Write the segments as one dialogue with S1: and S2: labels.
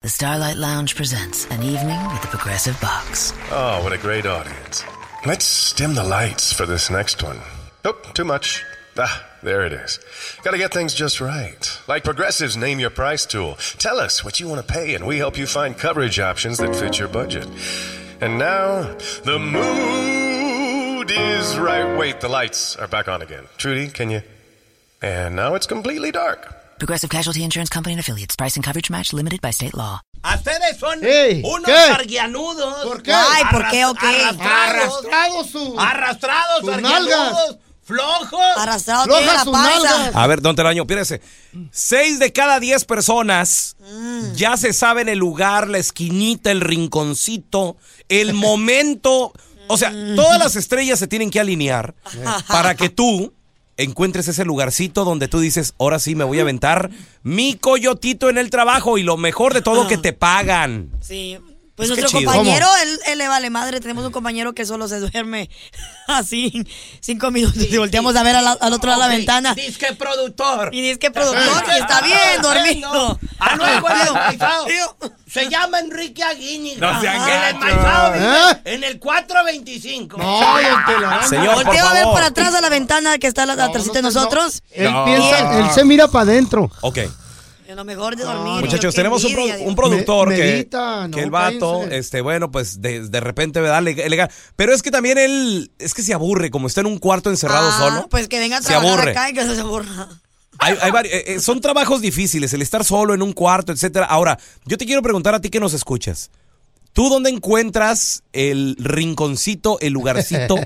S1: The Starlight Lounge presents An Evening with the Progressive Box.
S2: Oh, what a great audience. Let's dim the lights for this next one. Nope, too much. Ah, there it is. Got to get things just right. Like Progressive's Name Your Price tool. Tell us what you want to pay, and we help you find coverage options that fit your budget. And now, the mood is right. Wait, the lights are back on again. Trudy, can you? And now it's completely dark.
S1: Progressive Casualty Insurance Company and Affiliates. Price and coverage match limited by state law.
S3: A ustedes son
S4: Ey,
S3: unos
S4: ¿qué?
S3: carguianudos.
S4: ¿Por qué?
S5: Ay, ¿por qué o qué?
S3: Arrastrados.
S4: pues, Arrastrado su.
S3: Arrastrados,
S4: Sus
S3: sarguianudos,
S4: nalgas.
S3: flojos.
S5: Arrastrado
S4: Floja
S5: tiene la
S4: sus
S5: panza.
S4: nalgas.
S6: A ver, don Telaño, piérdese. Seis de cada diez personas
S5: Mm.
S6: ya se saben el lugar, la esquinita, el rinconcito, el momento. O sea,
S5: Mm.
S6: todas las estrellas se tienen que alinear para que tú encuentres ese lugarcito donde tú dices, ahora sí me voy a aventar mi coyotito en el trabajo y lo mejor de todo que
S5: Ah.
S6: te pagan.
S5: Sí. Pues
S6: Es que
S5: nuestro
S6: chido.
S5: compañero, él, él le vale madre. Tenemos un compañero que solo se duerme así cinco minutos y volteamos a ver a la- al otro lado de la ventana.
S3: Disque productor.
S5: Y dice que productor y está bien dormido.
S3: Ah, luego el
S5: Tío,
S3: enmaizado.
S5: tío.
S3: Se llama Enrique Aguíñez.
S6: No sean
S3: El
S6: gachos.
S3: enmaizado vive
S4: ¿Eh?
S3: en el 425.
S4: No, don Tela.
S6: Señor, por
S5: Volteo a ver
S6: favor.
S5: para atrás a la ventana que está la- atrásito de
S4: no, no.
S5: nosotros.
S4: Él
S6: No.
S4: piensa, él se mira para adentro.
S6: Ok.
S5: En lo mejor de dormir. yo,
S6: Muchachos,
S5: qué
S6: tenemos un,
S5: envidia,
S6: pro-
S5: digo.
S6: un productor
S4: Me-
S6: que,
S4: medita, no,
S6: que el vato,
S4: cállense.
S6: este, bueno, pues de, de repente, ¿verdad? Le, le gana. Pero es que también él, es que se aburre, como está en un cuarto encerrado
S5: Ah,
S6: solo.
S5: Pues que venga a
S6: se
S5: trabajar
S6: aburre.
S5: acá y que se aburra.
S6: Hay- hay vari- eh, eh, son trabajos difíciles, el estar solo en un cuarto, etcétera. Ahora, yo te quiero preguntar a ti que nos escuchas. ¿Tú dónde encuentras el rinconcito, el lugarcito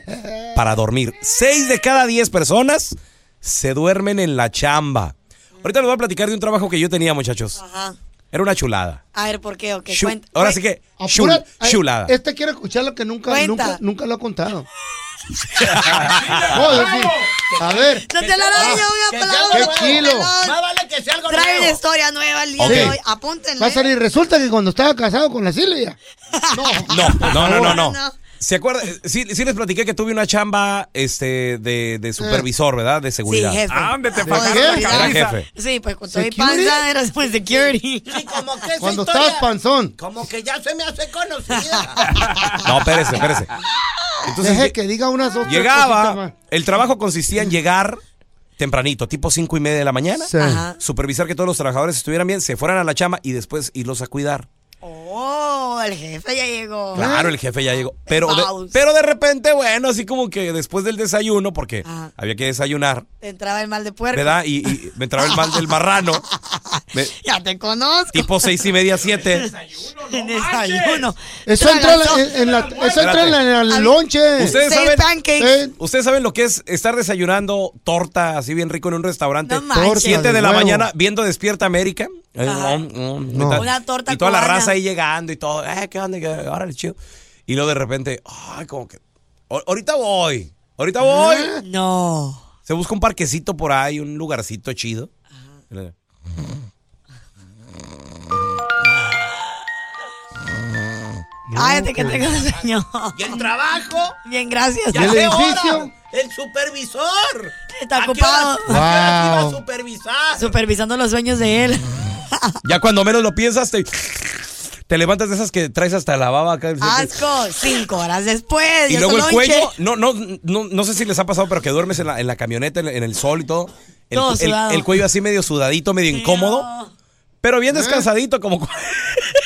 S6: para dormir? Seis de cada diez personas se duermen en la chamba. Ahorita les voy a platicar de un trabajo que yo tenía, muchachos.
S5: Ajá.
S6: Era una chulada.
S5: A ver, ¿por qué? ¿O qué?
S6: Chu-
S5: Cuenta-
S6: Ahora
S5: cuen-
S6: sí que chul-
S4: Apura- ay,
S6: chulada.
S4: Este quiere escuchar lo que nunca,
S5: Cuenta.
S4: nunca, nunca lo ha contado.
S6: Ah,
S4: Joder, sí. A ver,
S5: No te la doy yo una
S3: Que
S5: palabra.
S3: sea
S4: qué
S3: algo
S5: no te
S4: chilo.
S5: la doy.
S3: Más vale que sea algo
S5: Trae una
S3: nuevo.
S5: historia nueva el día
S6: Ok.
S5: de hoy. Apúntenle.
S4: va a salir. Resulta que cuando estaba casado con la Silvia. No.
S6: No, no, no, no, no.
S5: No.
S6: ¿Se acuerdan? Sí, sí les platiqué que tuve una chamba este, de, de supervisor, ¿verdad? De seguridad.
S5: Sí, jefe.
S7: ¿A dónde te
S5: O de
S7: fajaron
S4: la
S5: seguridad.
S6: cabeza? Era jefe.
S5: Sí, pues con todo y
S4: ¿Security?
S5: panza era pues security.
S3: Sí, como que esa
S4: Cuando
S3: historia-
S4: estabas panzón.
S3: Como que ya se me hace conocida.
S6: No, espérese, espérese. Entonces,
S4: Deje
S6: lle-
S4: que diga unas dos tres cositas más.
S6: llegaba, el trabajo consistía en llegar tempranito, tipo cinco y media de la mañana,
S4: Sí.
S5: Ajá.
S6: supervisar que todos los trabajadores estuvieran bien, se fueran a la chamba y después irlos a cuidar.
S5: Oh, el jefe ya llegó.
S6: Claro, el jefe ya llegó. Pero de,
S5: Vamos.
S6: pero de repente, bueno, así como que después del desayuno, porque
S5: Ajá.
S6: había que desayunar,
S5: Entraba el mal de puerco.
S6: ¿verdad? Y, y me entraba el mal del marrano. Me-
S5: Ya te conozco.
S6: tipo seis y media, siete.
S5: en desayuno.
S4: Eso entra en la- eh,
S5: Tragazón.
S4: en, en la, eso entra
S6: Espérate.
S4: en la- en
S5: A
S4: el
S5: ver.
S4: lonche.
S6: Ustedes
S5: Seis
S6: saben-
S5: pancakes.
S4: Eh,
S6: Ustedes saben lo que es estar desayunando torta así bien rico en un restaurante.
S5: No manches.
S6: Siete de,
S4: de
S6: la
S4: huevo.
S6: mañana viendo Despierta América. Eh,
S5: Ajá.
S6: mm, mm,
S4: No.
S6: y tal.
S5: Una torta
S6: Y toda la
S5: cubana.
S6: raza ahí llegando y todo. Eh, ¿qué onda? ¿Qué- Órale, chido. Y luego de repente, ay, como que. "Ahor- Ahorita voy. Ahorita voy.
S4: Ah.
S5: No.
S6: Se busca un parquecito por ahí, un lugarcito chido. Eh.
S5: Cállate que tengo sueño.
S3: Y el trabajo.
S5: Bien, gracias.
S3: Ya
S4: ¿Y el
S3: qué
S4: edificio?
S3: hora? El supervisor.
S5: Está
S3: ¿A qué
S5: ocupado.
S3: horas-
S4: Ah.
S3: a qué horas iba a
S4: Wow.
S3: supervisar?
S5: Supervisando los sueños de él.
S6: Ya cuando menos lo piensas, te, te levantas de esas que traes hasta la baba acá.
S5: Asco. Cinco horas después.
S6: Y
S5: Ah, ya
S6: luego el
S5: son
S6: cuello,
S5: lonche.
S6: no, no, no, no sé si les ha pasado, pero que duermes en la, en la camioneta, en, en el sol y todo. El,
S5: Todo
S6: el-
S5: sudado.
S6: el cuello así medio sudadito, medio incómodo, pero
S5: Ah.
S6: bien descansadito, como cu-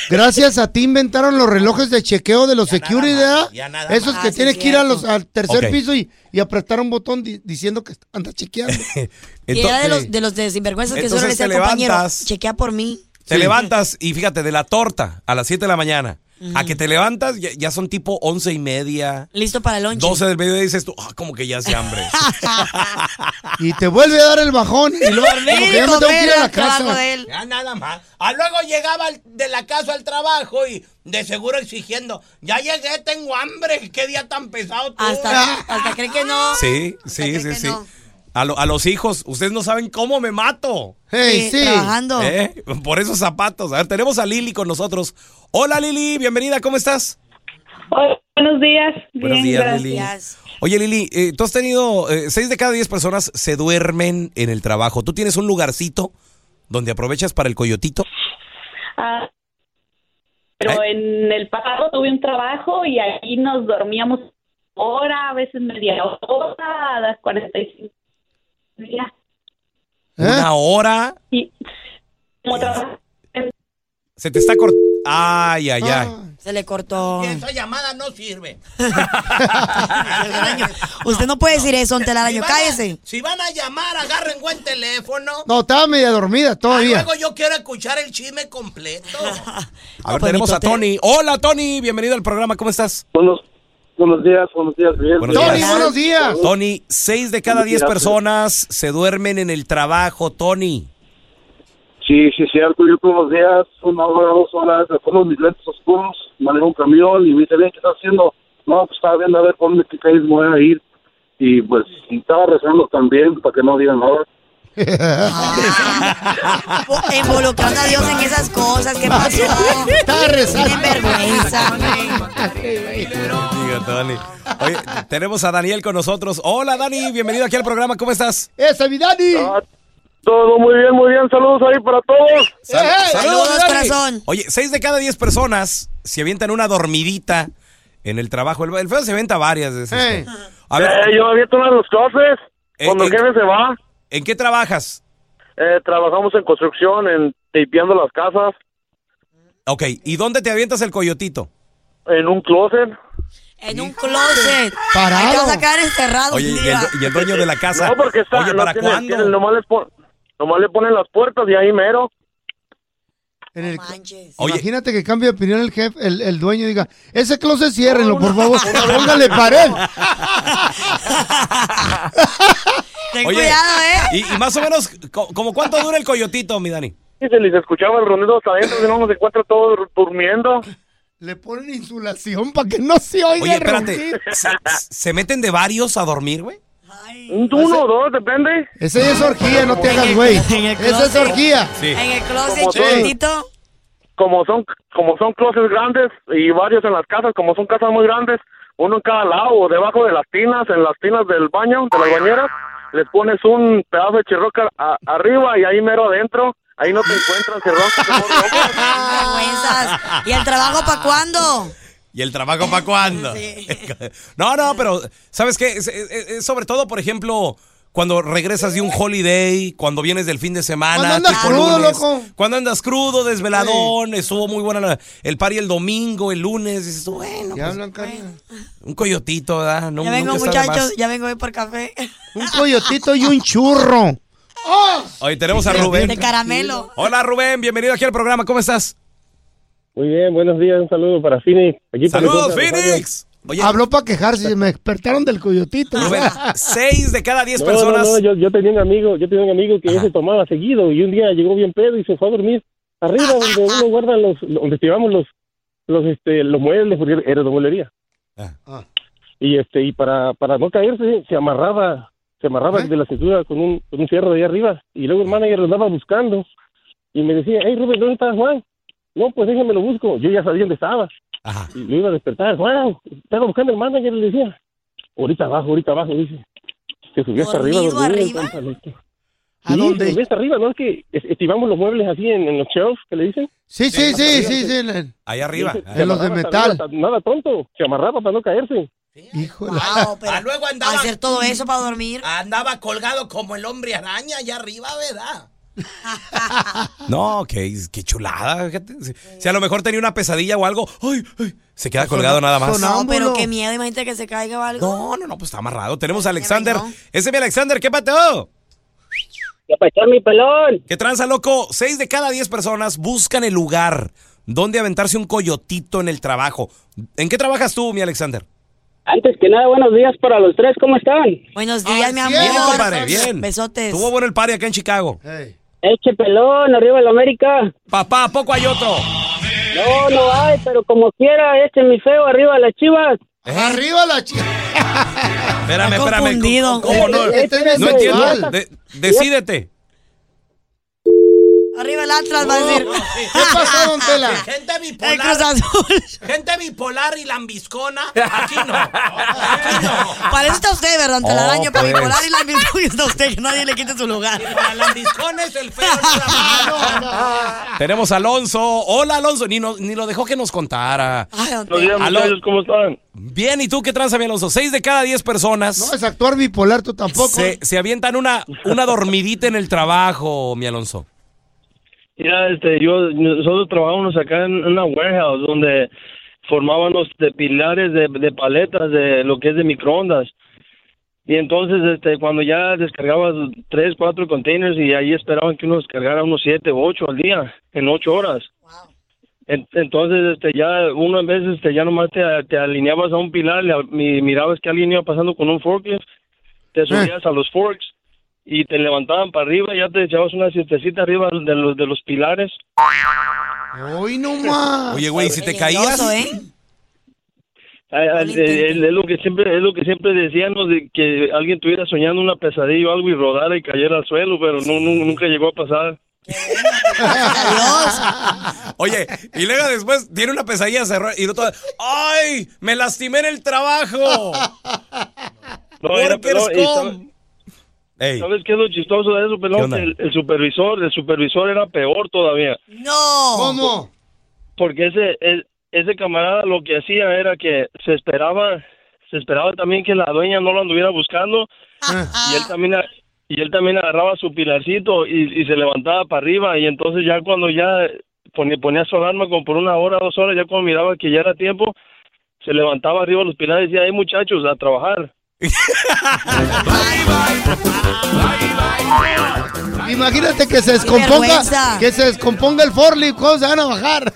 S4: Gracias a ti inventaron los relojes de chequeo de los security, ¿verdad?
S3: ya nada
S4: Esos
S5: más.
S4: que
S5: Ah, sí,
S4: tienes que ir a los,
S5: cierto.
S4: al tercer
S6: Ok.
S4: piso y, y apretar un botón di- diciendo que anda chequeando.
S5: Y
S6: Ento-
S5: era de los, de los de sinvergüenzas que suelen
S6: Entonces
S5: ser
S6: te
S5: compañero.
S6: levantas.
S5: Chequea por mí.
S6: te levantas y fíjate, de la torta a las 7 de la mañana a que te levantas ya, ya son tipo 11 y media,
S5: Listo para el lonche.
S6: 12 del mediodía y dices tú, ah, como que ya hace hambre.
S4: y te vuelve a dar el bajón y luego como que ya me tengo que ir a la
S5: trabajo
S4: casa.
S5: de él.
S3: Ya nada más. Ah, luego llegaba al- de la casa al trabajo y de seguro exigiendo, ya llegué, tengo hambre, qué día tan pesado tú.
S5: Hasta, hasta cree que no.
S6: sí,
S5: creo
S6: sí, sí,
S5: que
S6: sí.
S5: no.
S6: A, lo- a los hijos, ustedes no saben cómo me mato.
S4: Hey, sí.
S5: Trabajando.
S6: ¿eh? Por esos zapatos. A ver, tenemos a Lili con nosotros. Hola Lili, bienvenida, ¿cómo estás?
S8: Hola, buenos días.
S6: Buenos
S8: Bien,
S6: días,
S8: gracias.
S6: Lili.
S5: gracias.
S6: Oye, Lili, eh, tú has tenido, eh, seis de cada diez personas se duermen en el trabajo. ¿Tú tienes un lugarcito donde aprovechas para el coyotito?
S8: Ah, Pero
S6: ¿Eh?
S8: en el pasado tuve un trabajo y ahí nos dormíamos hora, a veces media hora, a las 45 días.
S6: Una hora.
S8: Y como trabajo,
S6: Se te está cortando. Ay,
S4: Ah,
S6: ay, ay.
S5: Se le cortó.
S3: Ah. Esa llamada no sirve.
S5: Telaraño. Usted no puede decir eso, un telaraño.
S3: van a-
S5: Ah, Cállese.
S3: si van a llamar, agarren buen teléfono. Ah,
S4: No, estaba media dormida todavía.
S5: Ah,
S3: Luego yo quiero escuchar el chisme completo.
S6: A ver, tenemos a Tony. Hola, Tony. Bienvenido al programa. ¿Cómo estás?
S7: Buenos, buenos días, buenos días, bien.
S6: Buenos
S4: Tony,
S6: días.
S4: buenos días.
S6: Tony, seis de cada diez personas se duermen en el trabajo, Tony.
S7: Sí, sí, cierto. Yo todos los días, una hora, dos horas, me pongo mis lentes oscuros, manejo un camión y me dice, "Ey, ¿qué estás haciendo? No, pues estaba viendo a ver por dónde qué calles me voy a ir. Y pues estaba rezando también para que no digan nada.
S6: Ah.
S5: Invo- Involucrando a Dios en esas cosas. ¿Qué pasó?
S4: Estaba
S5: Qué
S4: rezando.
S5: vergüenza.
S6: Diga, Tony. Oye, tenemos a Daniel con nosotros. Hola, Dani. Bienvenido aquí al programa. ¿Cómo estás?
S4: Esa, mi Dani.
S7: Ah, todo muy bien, muy bien. Saludos ahí para todos.
S6: Sal-
S4: Eh, eh,
S5: Saludos,
S4: Dani.
S5: corazón.
S6: Oye, seis de cada diez personas se avientan una dormidita en el trabajo. El, el feo se avienta varias de esas.
S4: Eh.
S6: A
S7: Eh,
S6: ver,
S7: yo aviento una de las clases.
S6: Eh,
S7: Cuando
S6: eh.
S7: el jefe se va,
S6: ¿en qué trabajas?
S7: eh, trabajamos en construcción, en tapeando las casas,
S6: Ok, ¿y dónde te avientas el coyotito?
S7: en un closet.
S5: En un closet.
S4: Parado.
S5: Ahí te vas a quedar encerrado.
S6: Oye,
S5: un
S6: y el,
S5: día.
S6: y el dueño de la casa.
S7: No, porque está,
S6: Oye,
S7: no
S6: ¿para
S7: tiene-
S6: cuándo?
S7: tiene- nomás, les pon- nomás le ponen las puertas y ahí mero.
S4: En el-
S5: Manches.
S6: Oye.
S4: Imagínate que cambie de opinión el jefe, el, el dueño y diga, ese closet ciérrenlo, por favor, póngale pared.
S5: Ten
S6: Oye,
S5: cuidado, ¿eh?
S6: Y, y más o menos, co- ¿como cuánto dura el coyotito, mi Dani?
S7: Y se les escuchaba el rondido hasta adentro, si no nos encuentra todos durmiendo.
S4: Le ponen insulación para que no se oiga
S6: Oye,
S4: el
S6: espérate,
S4: ronquido.
S6: ¿se, se meten de varios a dormir, güey?
S7: Un Uno o dos, depende.
S4: Esa ya es orgía, no te hagas, güey.
S5: En el
S4: Esa es
S5: closet.
S4: orgía.
S6: Sí.
S5: En el closet,
S7: Como todo.
S5: chiquitito.
S7: Como son, como son closets grandes y varios en las casas, como son casas muy grandes, uno en cada lado, o debajo de las tinas, en las tinas del baño, de las bañeras, les pones un pedazo de chirroca a- arriba y ahí mero adentro. Ahí no te encuentran, chirroca.
S6: Ah.
S5: Vergüenzas. ¿Y el trabajo para cuándo?
S6: ¿Y el trabajo para cuándo? No, no, pero ¿sabes qué? Es- es- es- es sobre todo, por ejemplo, cuando regresas de un holiday, cuando vienes del fin de semana.
S4: Cuando andas
S6: tipo
S4: crudo, loco.
S6: Cuando andas crudo, desveladón, estuvo muy buena la- el party el domingo, el lunes, dices, tú, bueno,
S4: Ya
S6: pues,
S4: hablan, Carmen.
S6: un coyotito, ¿verdad? No,
S5: Ya vengo,
S6: nunca está de más.
S5: muchachos. Ya vengo hoy por café.
S4: Un coyotito y un churro.
S6: Oye, tenemos a Rubén.
S5: De caramelo.
S6: Hola, Rubén, bienvenido aquí al programa, ¿cómo estás?
S7: Muy bien, buenos días, un saludo para Phoenix.
S6: Saludos, Phoenix. Oye,
S4: Habló para quejarse, me despertaron del coyotito.
S6: Rubén, seis de cada diez
S7: No,
S6: personas.
S7: no, no, yo, yo tenía un amigo, yo tenía un amigo que
S6: Ajá.
S7: ese tomaba seguido y un día llegó bien pedo y se fue a dormir
S6: Ah,
S7: arriba donde uno guarda los, donde llevamos los, los, este, los muebles porque era de mueblería.
S6: Ah.
S4: Ah.
S7: Y este, y para, para no caerse se amarraba, se amarraba de la cintura con un, con un fierro de ahí arriba y luego el manager lo andaba buscando y me decía, hey Rubén, ¿dónde está Juan? No, pues déjame lo busco. Yo ya sabía dónde estaba
S6: Ajá.
S7: y lo iba a despertar. Juan, estaba buscando el manager y le decía, ahorita abajo, ahorita abajo, dice. Se subió hasta arriba.
S5: ¿Dormido
S7: dormido,
S5: arriba?
S7: entonces, este,
S4: ¿A
S7: Sí,
S4: dónde?
S7: los ves arriba, ¿no? Es que es- estivamos los muebles así en, en los shelves, que le dicen.
S4: Sí, sí, sí, sí, sí. en-
S6: Ahí arriba.
S7: Y se-
S4: en los de
S7: amarraba hasta
S4: metal.
S7: arriba, hasta- nada tonto, se amarraba para no caerse.
S4: Híjole.
S5: Wow, pero
S3: Ah, luego andaba-
S5: hacer todo eso para dormir.
S6: Ah,
S3: Andaba colgado como el hombre araña allá arriba, ¿verdad?
S6: No, qué, qué chulada. fíjate. Si, si a lo mejor tenía una pesadilla o algo, ¡ay, ay! se queda colgado nada más.
S4: sonó.
S5: No, pero
S4: Sonámbulo.
S5: qué miedo, imagínate que se caiga o algo.
S6: No, no, no, pues está amarrado. Tenemos a Alexander.
S5: no.
S6: Ese es mi Alexander, ¿qué pateo?
S7: ¡Ya pasó mi pelón!
S6: ¿Qué tranza, loco? Seis de cada diez personas buscan el lugar donde aventarse un coyotito en el trabajo. ¿En qué trabajas tú, mi Alexander?
S7: Antes que nada, buenos días para los tres, ¿cómo están?
S5: Buenos días, mi amor.
S4: Bien,
S6: Bien, compadre, bien.
S5: Besotes.
S6: Tuvo bueno el party acá en Chicago.
S4: Ey.
S7: Eche pelón, arriba la América.
S6: Papá, ¿a poco hay otro?
S7: No, no hay, pero como quiera, eche mi feo, arriba las chivas.
S6: ¿Eh?
S4: Arriba la chica.
S6: Espérame,
S5: Está
S6: espérame.
S5: confundido.
S6: ¿Cómo no?
S4: Este es
S6: No
S4: mi
S6: entiendo.
S4: rival.
S6: De- decídete.
S5: Arriba el Atlas, va a decir.
S4: ¿Qué pasó, don Tela?
S3: Gente
S5: El Cruz
S3: bipolar.
S5: Azul.
S3: Gente bipolar y lambiscona. Aquí no. Aquí no.
S5: Para eso está usted, ¿verdad? Ante el araño, para
S6: pues.
S5: bipolar y la virtud está usted, que nadie le quite su lugar.
S3: Para lambiscones el feo no trabaja.
S6: Tenemos a Alonso. Hola, Alonso. Ni, nos- ni lo dejó que nos contara.
S5: Ay,
S9: Buenos
S5: don Tela.
S9: días,
S6: Aló.
S9: muchachos, ¿cómo están?
S6: Bien, ¿y tú qué tranza, mi Alonso? Seis de cada diez personas
S4: No, es actuar bipolar tú tampoco.
S6: se,
S3: ¿eh?
S6: se avientan una, una dormidita en el trabajo, mi Alonso.
S9: Mira, este, yo, nosotros trabajábamos acá en una warehouse donde formábamos de pilares de, de paletas de lo que es de microondas. Y entonces, este, cuando ya descargabas tres, cuatro containers y ahí esperaban que uno descargara unos siete o ocho al día, en ocho horas. En- Entonces, este, ya uno a veces este, ya nomás te, te alineabas a un pilar le- y mirabas que alguien iba pasando con un forklift, te subías a los forks y te levantaban para arriba, ya te echabas una siestecita arriba de los, de los pilares.
S4: Hoy no más.
S6: Oye, güey, si te caías.
S5: Peligroso, ¿eh?
S9: Ah, ah,
S5: lo
S9: eh, Es
S5: intentes.
S9: es lo que siempre es lo que siempre decíamos de que alguien tuviera soñando una pesadilla o algo y rodara y cayera al suelo, pero no, nu- nunca llegó a pasar.
S6: Oye, y luego después tiene una pesadilla cerró y no todo. ¡Ay! ¡Me lastimé en el trabajo!
S9: No, era-
S6: Workers'
S9: no, y sabe-
S6: comp. Ey,
S9: ¿Sabes qué es lo chistoso de eso, pelón?
S6: onda?
S9: El, el supervisor, el supervisor era peor todavía,
S5: No.
S4: ¿Cómo?
S9: porque ese el- ese camarada lo que hacía era que se esperaba se esperaba también que la dueña no lo anduviera buscando y él también a- y él también agarraba su pilarcito y, y se levantaba para arriba y entonces ya cuando ya ponía, ponía su alarma como por una hora dos horas ya cuando miraba que ya era tiempo se levantaba arriba los pilares y decía hey muchachos a trabajar
S4: Imagínate que se
S5: vergüenza.
S4: descomponga, que se descomponga el forklift, ¿cómo se van a bajar?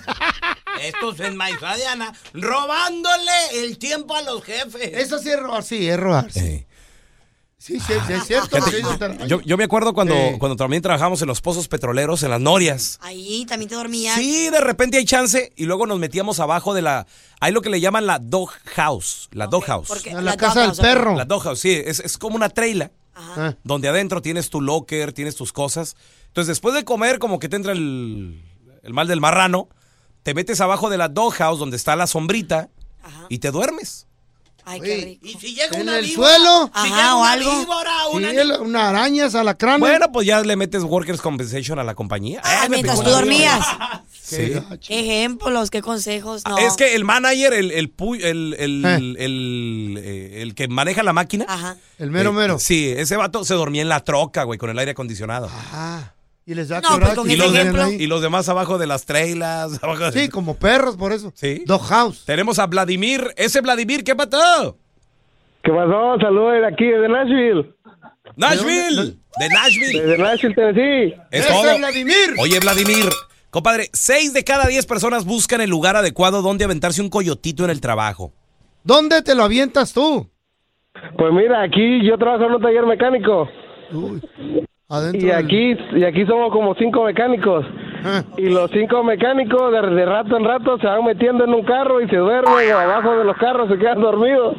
S3: Estos enmaizadiana robándole el tiempo a los jefes.
S4: Eso sí es robar, sí, es robar. Sí,
S6: ey.
S4: sí, sí, sí, es cierto.
S6: Fíjate,
S4: sí, doctor.
S6: yo, yo me acuerdo cuando,
S4: Sí.
S6: cuando también trabajamos en los pozos petroleros, en las norias.
S5: Ahí también te dormías.
S6: Sí, de repente hay chance y luego nos metíamos abajo de la... Hay lo que le llaman la dog house. La dog house.
S5: porque-
S4: A la,
S5: la
S4: casa del
S5: toca, o sea,
S4: perro.
S6: La dog house, sí. Es, es como una trailer
S4: Ah,
S6: donde adentro tienes tu locker, tienes tus cosas. Entonces, después de comer, como que te entra el, el mal del marrano, te metes abajo de la dog house donde está la sombrita
S5: Ajá.
S6: y te duermes.
S5: Ay, qué
S4: Oye,
S5: rico.
S3: Y si llega
S4: ¿En
S3: una
S4: el
S3: víbora,
S4: suelo?
S3: si
S5: Ajá,
S3: llega
S5: Ah, o
S3: una
S5: algo.
S3: víbora,
S4: sí,
S3: una
S4: el- una araña, alacrán.
S6: ah, Bueno, pues ya le metes workers compensation a la compañía.
S5: Ah,
S6: Eh, me
S5: mientras
S6: picó
S5: tú
S6: una-
S5: dormías.
S6: Sí. Ah,
S5: Qué ejemplos, qué consejos. No.
S6: Es que el manager, el, el, pu- el, el,
S4: Eh.
S6: el, eh, el que maneja la máquina.
S5: Ajá.
S4: El mero
S6: eh,
S4: mero.
S6: Sí, ese vato se dormía en la troca, güey, con el aire acondicionado.
S4: Ah, y les da
S5: No, pues,
S4: quebrada
S5: con
S4: que
S6: y,
S5: ese
S6: los
S4: los
S6: de-
S4: tienen
S5: ejemplo.
S6: y
S4: ahí.
S6: los demás abajo de las trailas. abajo de-
S4: Sí, como perros, por eso.
S6: Sí.
S4: Dog house.
S6: Tenemos a Vladimir. Ese Vladimir, ¿qué patado?
S9: qué pasó saludos de aquí de Nashville
S6: Nashville. De Nashville.
S9: desde Nashville Tennessee
S6: Es
S4: ¡Ese
S6: todo.
S4: Vladimir!
S6: Oye, Vladimir. Compadre, seis de cada diez personas buscan el lugar adecuado donde aventarse un coyotito en el trabajo.
S4: ¿Dónde te lo avientas tú?
S9: pues mira aquí yo trabajo en un taller mecánico
S4: Uy, adentro
S9: Y
S4: del-
S9: aquí, y aquí somos como cinco mecánicos.
S4: Ah.
S9: Y los cinco mecánicos de, de rato en rato se van metiendo en un carro y se duermen y abajo de los carros se quedan dormidos.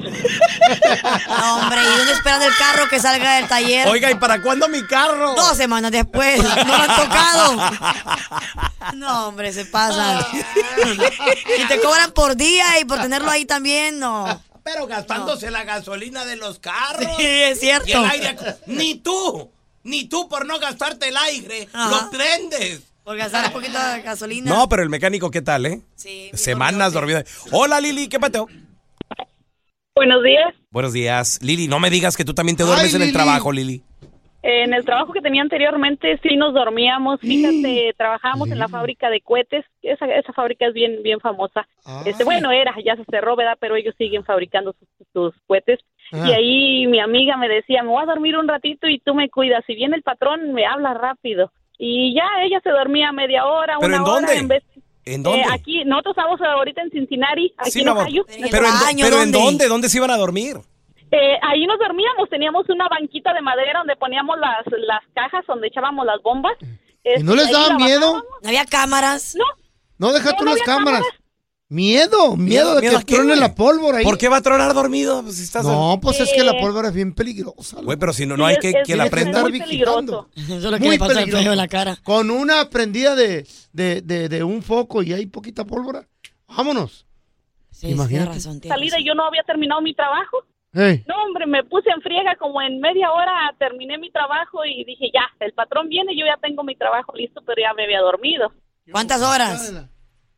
S5: No, hombre, ¿y dónde esperan el carro que salga del taller?
S6: Oiga, ¿y para cuándo mi carro?
S5: Dos semanas después, no lo han tocado. No, hombre, se pasan. Y te cobran por día y por tenerlo ahí también, no.
S3: Pero gastándose la gasolina de los carros.
S5: Sí, es cierto.
S3: Y el aire ac- Ni tú, ni tú por no gastarte el aire,
S5: Ajá.
S3: lo prendes.
S5: Por gastar un poquito de gasolina.
S6: No, pero el mecánico, ¿qué tal, eh?
S5: Sí, bien
S6: Semanas dormida. Hola, Lili, ¿qué pateo?
S8: Buenos días.
S6: Buenos días. Lili, no me digas que tú también te duermes
S4: Ay,
S6: en el
S4: Lili.
S6: trabajo, Lili.
S8: En el trabajo que tenía anteriormente sí nos dormíamos, fíjate, trabajábamos en la fábrica de cohetes, esa, esa fábrica es bien bien famosa.
S6: Ah.
S8: Este, bueno, era, ya se cerró, ¿verdad? Pero ellos siguen fabricando sus, sus cohetes.
S4: Ah.
S8: Y ahí mi amiga me decía, me voy a dormir un ratito y tú me cuidas. Si viene el patrón, me habla rápido. Y ya ella se dormía media hora,
S6: ¿Pero
S8: una
S6: en
S8: hora.
S6: dónde?
S8: En vez,
S6: ¿En
S8: Eh,
S6: dónde?
S8: aquí, nosotros estamos ahorita en Cincinnati, aquí
S6: Sí,
S8: en
S6: mi amor.
S8: Ohio.
S5: en el
S6: Pero, en, do-
S5: baño,
S6: pero ¿en
S5: ¿dónde?
S6: dónde? ¿Dónde se iban a dormir?
S8: Eh, ahí nos dormíamos, teníamos una banquita de madera donde poníamos las, las cajas donde echábamos las bombas.
S4: ¿Y no
S8: Este,
S4: les
S8: ahí
S4: daba
S8: la
S4: miedo?
S8: bajábamos.
S5: No había cámaras.
S8: No,
S4: No, deja
S8: No,
S4: tú
S8: no
S4: las
S8: había
S4: cámaras.
S8: cámaras.
S4: Miedo, miedo de
S6: ¿Miedo a
S4: que
S6: qué,
S4: truene
S6: güey?
S4: la pólvora ahí.
S6: ¿Por qué va a tronar dormido? Pues si estás.
S4: No, pues es que la
S8: Eh.
S4: pólvora es bien peligrosa.
S6: Güey, pero si no, no hay que, que la
S4: es-
S6: prenda.
S4: andar
S8: muy
S4: vigilando.
S8: peligroso.
S5: Eso es lo que le pasa al feo en la cara.
S4: Con una prendida de, de, de, de un foco y hay poquita pólvora. Vámonos.
S5: Sí,
S4: Imagínate.
S5: tienes razón. tienes
S8: Salida,
S5: razón.
S8: yo no había terminado mi trabajo.
S4: Ey,
S8: No, hombre, me puse en friega como en media hora, terminé mi trabajo y dije, ya, el patrón viene, yo ya tengo mi trabajo listo, pero ya me había dormido.
S5: ¿Cuántas horas?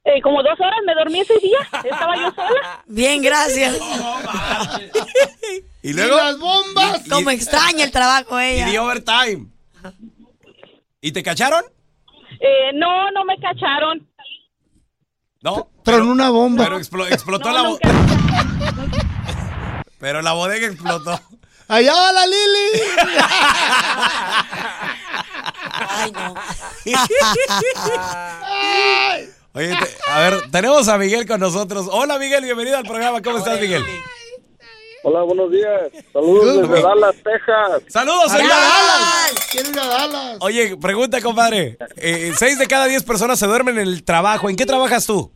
S8: Eh, como dos horas me dormí ese día, estaba yo sola.
S5: Bien, gracias.
S6: Y
S4: ¿Y
S6: luego.
S4: las bombas?
S5: Como extraña el trabajo
S6: Y
S5: ella.
S6: di overtime. ¿Y te cacharon?
S8: Eh, no, no me cacharon.
S6: No.
S4: Tronó una bomba.
S6: Pero explo- explotó
S8: No,
S6: la bo-
S8: nunca.
S6: Pero la bodega explotó.
S4: ¡Allá va la Lili!
S5: Ay, no.
S6: Oye, te- a ver, tenemos a Miguel con nosotros. Hola Miguel, bienvenido al programa. ¿Cómo estás, Miguel?
S7: Hola, buenos días. Saludos desde Dallas, Texas.
S6: Saludos,
S4: ¡Allá
S6: señor.
S4: Dallas! ¡Quiero ir a Dallas!
S6: Oye, pregunta, compadre. Eh, seis de cada diez personas se duermen en el trabajo. ¿En qué trabajas tú?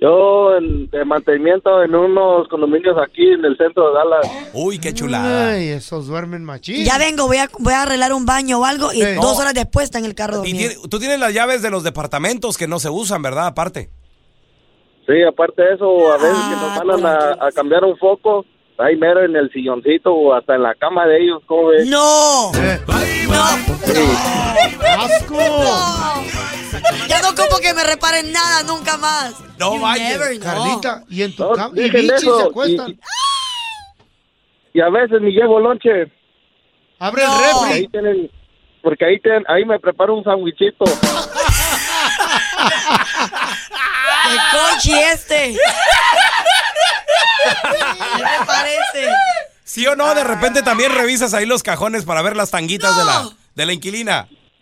S7: Yo en, de mantenimiento en unos condominios aquí en el centro de Dallas.
S6: Uy, qué chulada.
S4: Ay, esos duermen machín.
S5: Ya vengo, voy a, voy a arreglar un baño o algo y
S4: Sí.
S5: dos horas después está en el carro
S6: Y
S5: dormido.
S6: tiene- tú tienes las llaves de los departamentos que no se usan, ¿verdad? Aparte.
S7: Sí, aparte de eso, a veces que
S5: Ah,
S7: nos mandan a, a cambiar un foco, ahí mero en el silloncito o hasta en la cama de ellos, ¿cómo ves?
S5: ¡No!
S4: Eh, ¡Asco!
S5: Ya no como que me reparen nada nunca más.
S6: No
S5: You
S6: vayas,
S5: never know.
S4: Carlita, y en tu
S7: No,
S4: cama. Y
S7: dejen
S4: bichis
S7: eso,
S4: se acuestan.
S7: y- Y a veces ni llevo lonche,
S4: Abre
S5: No.
S4: el
S7: ahí
S4: refri.
S7: tienen, porque ahí, tienen, ahí me preparo un sandwichito.
S5: ¡Qué cochi este! ¿Qué te parece?
S6: ¿Sí o no? De repente también revisas ahí los cajones para ver las tanguitas de, la, de la inquilina.